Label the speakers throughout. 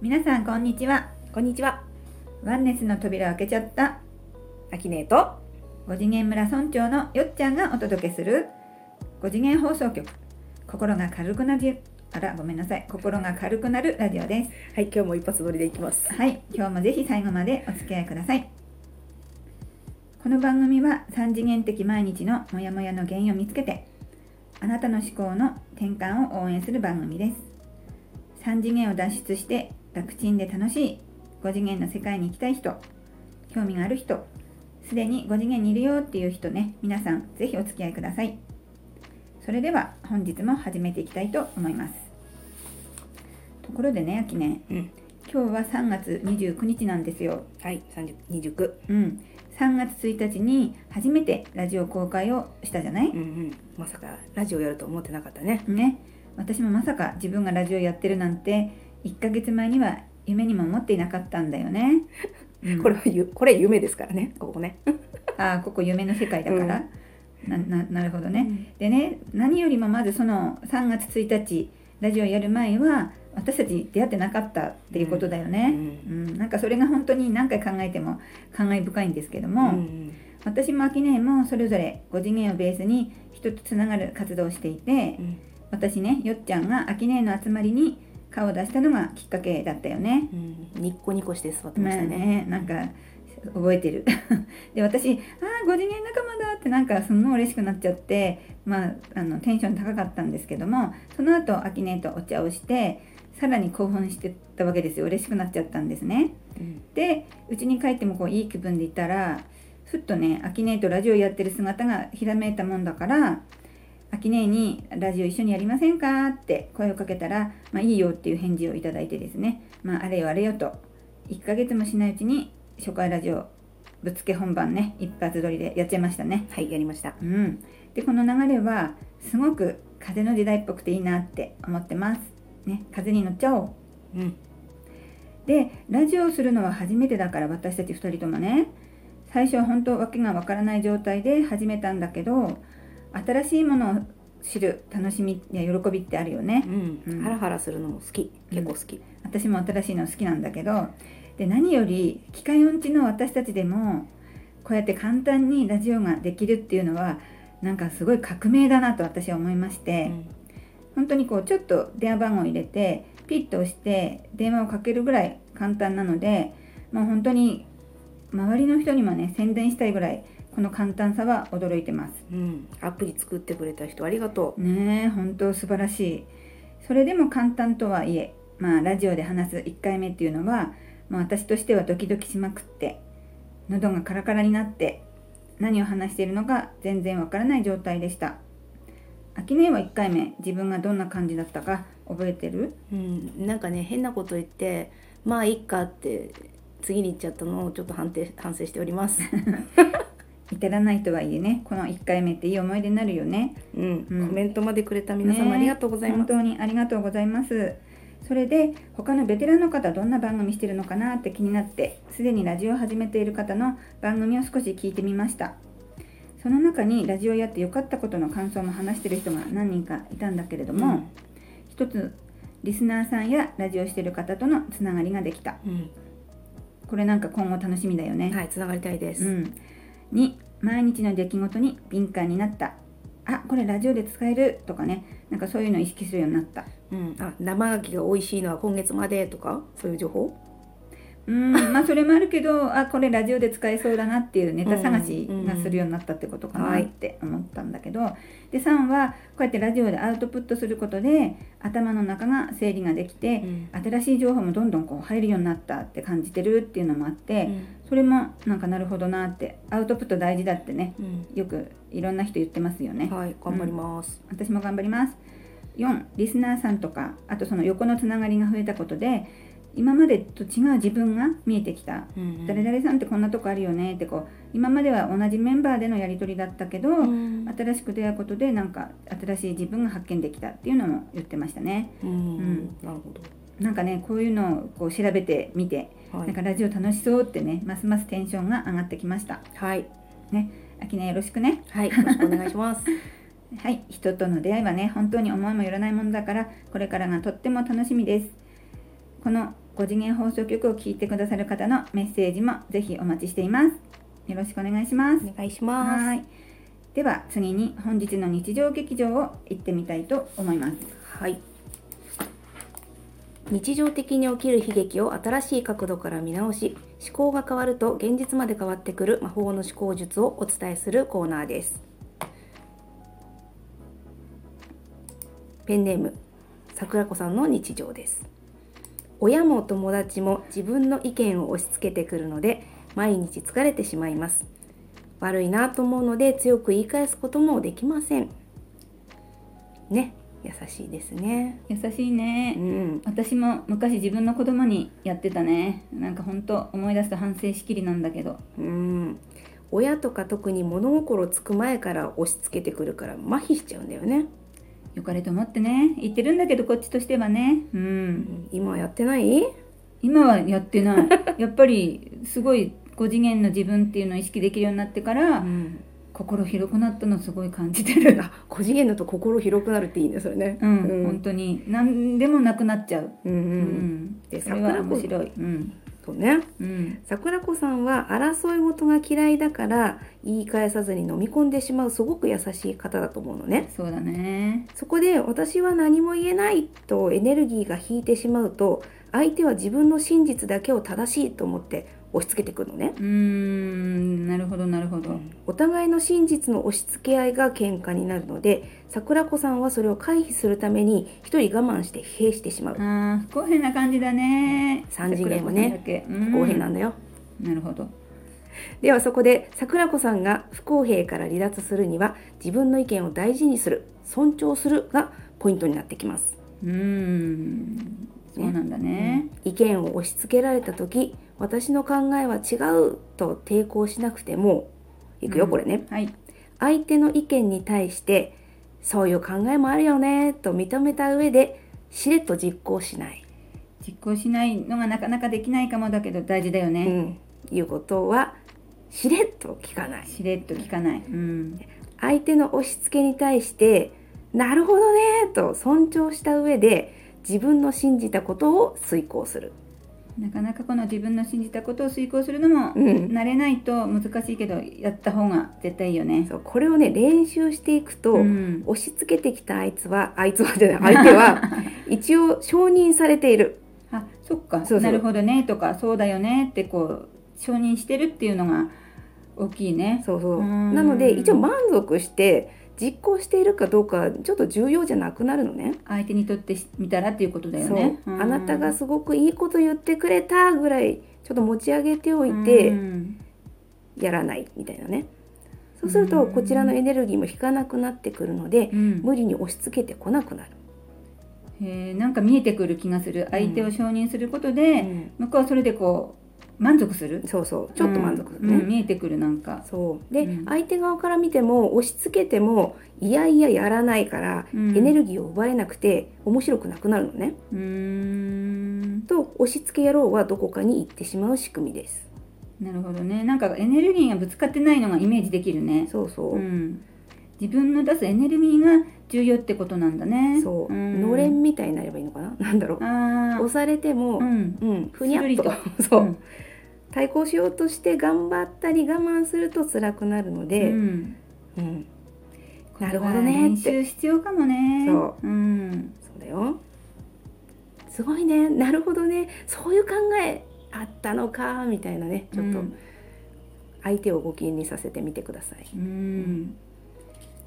Speaker 1: 皆さんこんにちは
Speaker 2: こんにちは、
Speaker 1: ワンネスの扉を開けちゃった
Speaker 2: アキネーと
Speaker 1: 5次元村村長のよっちゃんがお届けする5次元放送局心が軽くなるあらごめんなさい心が軽くなるラジオで
Speaker 2: はい、今日も一発撮りでいきます
Speaker 1: す。はい今日もぜひ最後までお付き合いくださいこの番組は3次元的毎日のモヤモヤの原因を見つけてあなたの思考の転換を応援する番組です3次元を脱出して楽ちんで楽しい5次元の世界に行きたい人興味がある人すでに5次元にいるよっていう人ね皆さんぜひお付き合いくださいそれでは本日も始めていきたいと思いますところでね秋ね
Speaker 2: うん、
Speaker 1: 今日は3月29日なんですよ
Speaker 2: はい、三十二十九。
Speaker 1: うん3月1日に初めてラジオ公開をしたじゃない
Speaker 2: うんうん、まさかラジオやると思ってなかったね。
Speaker 1: ね私もまさか自分がラジオやってるなんて1ヶ月前には夢にも思っていなかったんだよね、うん
Speaker 2: これはゆこれ夢ですからね、ここね。
Speaker 1: あーここ夢の世界だから、なななるほどね、でね何よりもまずその3月1日ラジオやる前は私たち出会ってなかったっていうことだよ
Speaker 2: う
Speaker 1: ね、うん
Speaker 2: ん、
Speaker 1: なんかそれが本当に何回考えても感慨深いんですけど
Speaker 2: うん、
Speaker 1: も、私も秋音もそれぞれ5次元をベースに人とつながる活動をしていて
Speaker 2: うん、
Speaker 1: 私ねよっちゃんが秋音の集まりに顔を出したのがきっかけだったよね。
Speaker 2: うん、ニッコニコして座ってま
Speaker 1: まあ
Speaker 2: したね。
Speaker 1: ねなんか覚えてる で私「ああ5次元仲間だ」ってなんかすんごい嬉しくなっちゃって、まあ、あのテンション高かったんですけどもその後秋音とお茶をしてさらに興奮してたわけですよ嬉しくなっちゃったんですね。
Speaker 2: うん、
Speaker 1: でうちに帰ってもこういい気分でいたらふっとねアキネイとラジオやってる姿がひらめいたもんだからアキネイに「ラジオ一緒にやりませんか?」って声をかけたら「まあ、いいよ」っていう返事をいただいてですね「まあ、あれよあれよ」と1ヶ月もしないうちに初回ラジオぶっつけ本番ね一発撮りでやっちゃいましたね。
Speaker 2: はい、やりました。
Speaker 1: うん、でこの流れはすごく風の時代っぽくていいなって思ってます。ね、風に乗っちゃおう
Speaker 2: うん、
Speaker 1: でラジオをするのは初めてだから私たち2人ともね最初は本当訳がわからない状態で始めたんだけど新しいものを知る楽しみや喜びってあるよね
Speaker 2: うん、
Speaker 1: うん
Speaker 2: ハラハラするのも好き、結構好き。
Speaker 1: 私も新しいの好きなんだけどで何より機械音痴の私たちでもこうやって簡単にラジオができるっていうのはなんかすごい革命だなと私は思いまして、本当にこうちょっと電話番号を入れてピッと押して電話をかけるぐらい簡単なのでもう本当に周りの人にもね宣伝したいぐらいこの簡単さは驚いてます
Speaker 2: うん、うん、アプリ作ってくれた人ありがと
Speaker 1: ねえ本当素晴らしいそれでも簡単とはいえまあラジオで話す1回目っていうのはもう私としてはドキドキしまくって喉がカラカラになって何を話しているのか全然わからない状態でした秋音は1回目自分がどんな感じだったか覚えてる
Speaker 2: う。うん、なんかね、変なこと言って、まあいっかって次に行っちゃったのをちょっと反省反省しております。
Speaker 1: 至らないとはいえねこの1回目っていい思い出になるよね
Speaker 2: うん、
Speaker 1: うん
Speaker 2: コメントまでくれた皆
Speaker 1: ね
Speaker 2: 様ありがとうございます。
Speaker 1: 本当にありがとうございますそれで他のベテランの方どんな番組してるのかなって気になってすでにラジオを始めている方の番組を少し聞いてみましたその中にラジオやって良かったことの感想も話してる人が何人かいたんだけれども、一つリスナーさんやラジオしてる方とのつながりができた
Speaker 2: うん、
Speaker 1: これなんか今後楽しみだよね、
Speaker 2: はい、つながりたいです。
Speaker 1: うん、2毎日の出来事に敏感になったあこれラジオで使えるとかねなんかそういうのを意識するようになった
Speaker 2: うん、あ、生牡蠣が美味しいのは今月までとか、そういう情報。
Speaker 1: うんまあそれもあるけどあこれラジオで使えそうだなっていうネタ探しがするようになったってことか
Speaker 2: うんうん
Speaker 1: な
Speaker 2: はい
Speaker 1: って思ったんだけど、で3はこうやってラジオでアウトプットすることで頭の中が整理ができて、
Speaker 2: ん、
Speaker 1: 新しい情報もどんどんこう入るようになったって感じてるっていうのもあって、それもなんかなるほどなってアウトプット大事だってね
Speaker 2: うん、
Speaker 1: よくいろんな人言ってますよね。
Speaker 2: はい、頑張ります。
Speaker 1: 私も頑張ります4リスナーさんとかあとその横のつながりが増えたことで今までと違う自分が見えてきた、
Speaker 2: うん
Speaker 1: 誰々さんってこんなとこあるよねってこう今までは同じメンバーでのやり取りだったけど、
Speaker 2: うん、
Speaker 1: 新しく出会うことでなんか新しい自分が発見できたっていうのも言ってましたね
Speaker 2: うん
Speaker 1: うん
Speaker 2: なるほ
Speaker 1: なんかねこういうのをこう調べてみて、
Speaker 2: ど。は
Speaker 1: なんか
Speaker 2: い、
Speaker 1: ラジオ楽しそうってねますますテンションが上がってきました
Speaker 2: はい、
Speaker 1: ね秋音よろしくね
Speaker 2: はい、よろしくお願いします。
Speaker 1: はい、人との出会いはね、本当に思いもよらないものだから、これからがとっても楽しみです。この5次元放送局を聞いてくださる方のメッセージもぜひお待ちしています。よろしくお願いします。
Speaker 2: お願いします。
Speaker 1: はい。では次に本日の日常劇場を行ってみたいと思います。
Speaker 2: はい。日常的に起きる悲劇を新しい角度から見直し、思考が変わると現実まで変わってくる魔法の思考術をお伝えするコーナーです。ペンネーム、桜子さんの日常です。親も友達も自分の意見を押し付けてくるので、毎日疲れてしまいます。悪いなと思うので強く言い返すこともできません。ね、優しいですね。
Speaker 1: 優しいね。
Speaker 2: うん、
Speaker 1: 私も昔自分の子供にやってたね。なんかほんと思い出すと反省しきりなんだけど。
Speaker 2: うん、親とか特に物心つく前から押し付けてくるから麻痺しちゃうんだよね、
Speaker 1: よかれと思ってね。言ってるんだけどこっちとしてはね。う。
Speaker 2: うんん、今はやってない
Speaker 1: 今はやってない。 やっぱりすごい5次元の自分っていうのを意識できるようになってから、
Speaker 2: うん、
Speaker 1: 心広くなったのすごい感じてる。
Speaker 2: あ小次元だと心広くなるっていいねそれね
Speaker 1: うん、
Speaker 2: うん
Speaker 1: 本当に何でもなくなっちゃう。
Speaker 2: うんうん
Speaker 1: う
Speaker 2: うん
Speaker 1: ん、
Speaker 2: で
Speaker 1: それは
Speaker 2: 桜子
Speaker 1: 面白い。うん、
Speaker 2: そうね
Speaker 1: うん、
Speaker 2: 桜子さんは争い事が嫌いだから言い返さずに飲み込んでしまうすごく優しい方だと思うのね
Speaker 1: そうだね。
Speaker 2: そこで私は何も言えないとエネルギーが引いてしまうと相手は自分の真実だけを正しいと思って押し付けてくるのね
Speaker 1: うーん、なるほどなるほど。
Speaker 2: お互いの真実の押し付け合いが喧嘩になるので桜子さんはそれを回避するために一人我慢して疲弊してしまう
Speaker 1: ああ、不公平な感じだね。
Speaker 2: 三次元はね
Speaker 1: 桜子さんだけ
Speaker 2: 不公平な
Speaker 1: うん
Speaker 2: だよ、
Speaker 1: んなるほど。
Speaker 2: ではそこで桜子さんが不公平から離脱するには自分の意見を大事にする尊重するがポイントになってきます、
Speaker 1: うーん、そうなんだね。
Speaker 2: 意見を押し付けられた時私の考えは違うと抵抗しなくてもいくよこれね、
Speaker 1: はい。
Speaker 2: 相手の意見に対してそういう考えもあるよねと認めた上でしれっと実行しない、
Speaker 1: 実行しないのがなかなかできないかもだけど大事だよ
Speaker 2: う
Speaker 1: ね。
Speaker 2: ん、いうことはしれっと聞かない
Speaker 1: しれっと聞かない。うん、
Speaker 2: 相手の押し付けに対してなるほどねと尊重した上で自分の信じたことを遂行する、
Speaker 1: なかなかこの自分の信じたことを遂行するのも
Speaker 2: うん、
Speaker 1: 慣れないと難しいけどやった方が絶対いいよね。
Speaker 2: そうこれをね練習していくと、
Speaker 1: ん、
Speaker 2: 押し付けてきたあいつはあいつはじゃない相手 は一応承認されている
Speaker 1: あそっか
Speaker 2: そうそう
Speaker 1: なるほどねとかそうだよねってこう承認してるっていうのが大きいね
Speaker 2: そうそうう
Speaker 1: ーん
Speaker 2: なので一応満足して実行しているかどうかちょっと重要じゃなくなるのね
Speaker 1: 相手にとってみたらっていうことだよ
Speaker 2: そう
Speaker 1: ね
Speaker 2: あなたがすごくいいこと言ってくれたぐらいちょっと持ち上げておいてやらないみたいなねそうすると
Speaker 1: うん
Speaker 2: こちらのエネルギーも引かなくなってくるので無理に押し付けてこなくなる、
Speaker 1: えー、なんか見えてくる気がする相手を承認することで、向こうはそれでこう満足する
Speaker 2: そうそうちょっと満足する
Speaker 1: うん
Speaker 2: ね、
Speaker 1: うん見えてくるなんか
Speaker 2: そうで、
Speaker 1: うん
Speaker 2: 相手側から見ても押し付けてもいやいややらないから、
Speaker 1: うん
Speaker 2: エネルギーを奪えなくて面白くなくなるのね
Speaker 1: うーん
Speaker 2: と押し付け野郎はどこかに行ってしまう仕組みです
Speaker 1: なるほどねなんかエネルギーがぶつかってないのがイメージできるね
Speaker 2: そうそう、
Speaker 1: うん、自分の出すエネルギーが重要ってことなんだね
Speaker 2: そう、
Speaker 1: ん
Speaker 2: のれんみたいになればいいのかな なんだろう
Speaker 1: あ
Speaker 2: 押
Speaker 1: あ
Speaker 2: されても
Speaker 1: う、ん
Speaker 2: うんふにゃっと
Speaker 1: す
Speaker 2: そう、
Speaker 1: うん
Speaker 2: 対抗しようとして頑張ったり我慢すると辛くなるの
Speaker 1: う
Speaker 2: で、
Speaker 1: ん、
Speaker 2: うん
Speaker 1: これは
Speaker 2: なるほどね
Speaker 1: 練
Speaker 2: って
Speaker 1: 習必要かもね、
Speaker 2: そう
Speaker 1: ん、
Speaker 2: そうだよすごいねなるほどねそういう考えあったのかみたいなねちょっと
Speaker 1: うん
Speaker 2: 相手をご機嫌にさせてみてください、
Speaker 1: うん、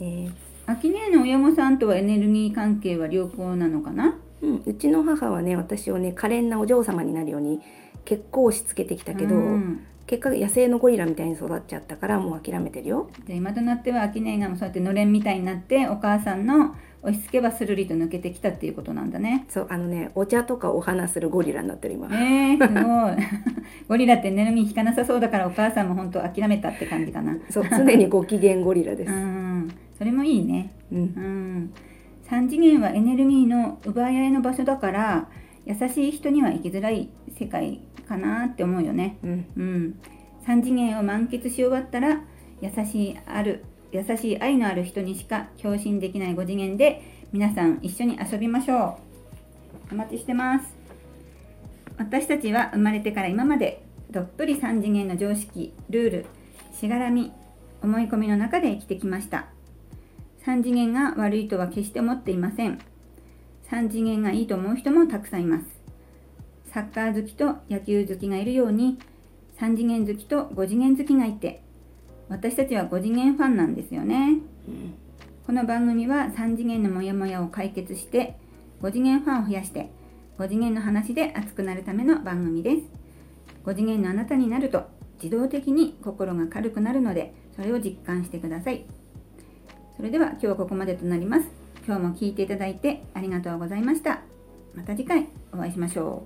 Speaker 2: ね
Speaker 1: 秋音の親御さんとはエネルギー関係は良好なのかな
Speaker 2: うん、うちの母はね私をね可憐なお嬢様になるように結構押し付けてきたけど、
Speaker 1: うん
Speaker 2: 結果野生のゴリラみたいに育っちゃったからもう諦めてるよ
Speaker 1: じゃあ今となっては秋音がもうそうやってのれんみたいになってお母さんの押し付けばするりと抜けてきたっていうことなんだね
Speaker 2: そうあのねお茶とかお花するゴリラになってる今、
Speaker 1: えー、すごい ゴリラってエネルギー引かなさそうだからお母さんも本当諦めたって感じかな
Speaker 2: そう常にご機嫌ゴリラで
Speaker 1: う
Speaker 2: す、
Speaker 1: ん、それもいいね。
Speaker 2: うん
Speaker 1: うん。三次元はエネルギーの奪い合いの場所だから、優しい人には生きづらい世界かなって思うよね。
Speaker 2: うん、
Speaker 1: うん。三次元を満喫し終わったら、優しいある、優しい愛のある人にしか共振できない5次元で、皆さん一緒に遊びましょう。お待ちしてます。私たちは生まれてから今までどっぷり3次元の常識ルールしがらみ思い込みの中で生きてきました3次元が悪いとは決して思っていません3次元がいいと思う人もたくさんいますサッカー好きと野球好きがいるように3次元好きと5次元好きがいて私たちは5次元ファンなんですよね
Speaker 2: うん
Speaker 1: この番組は3次元のモヤモヤを解決して5次元ファンを増やして5次元の話で熱くなるための番組です5次元のあなたになると自動的に心が軽くなるのでそれを実感してくださいそれでは今日はここまでとなります今日も聞いていただいてありがとうございましたまた次回お会いしましょ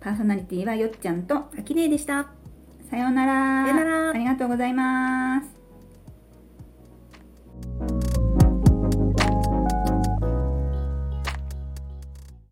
Speaker 1: うパーソナリティはよっちゃんと
Speaker 2: あきれいでした。
Speaker 1: さようなら
Speaker 2: さようなら
Speaker 1: ありがとうございます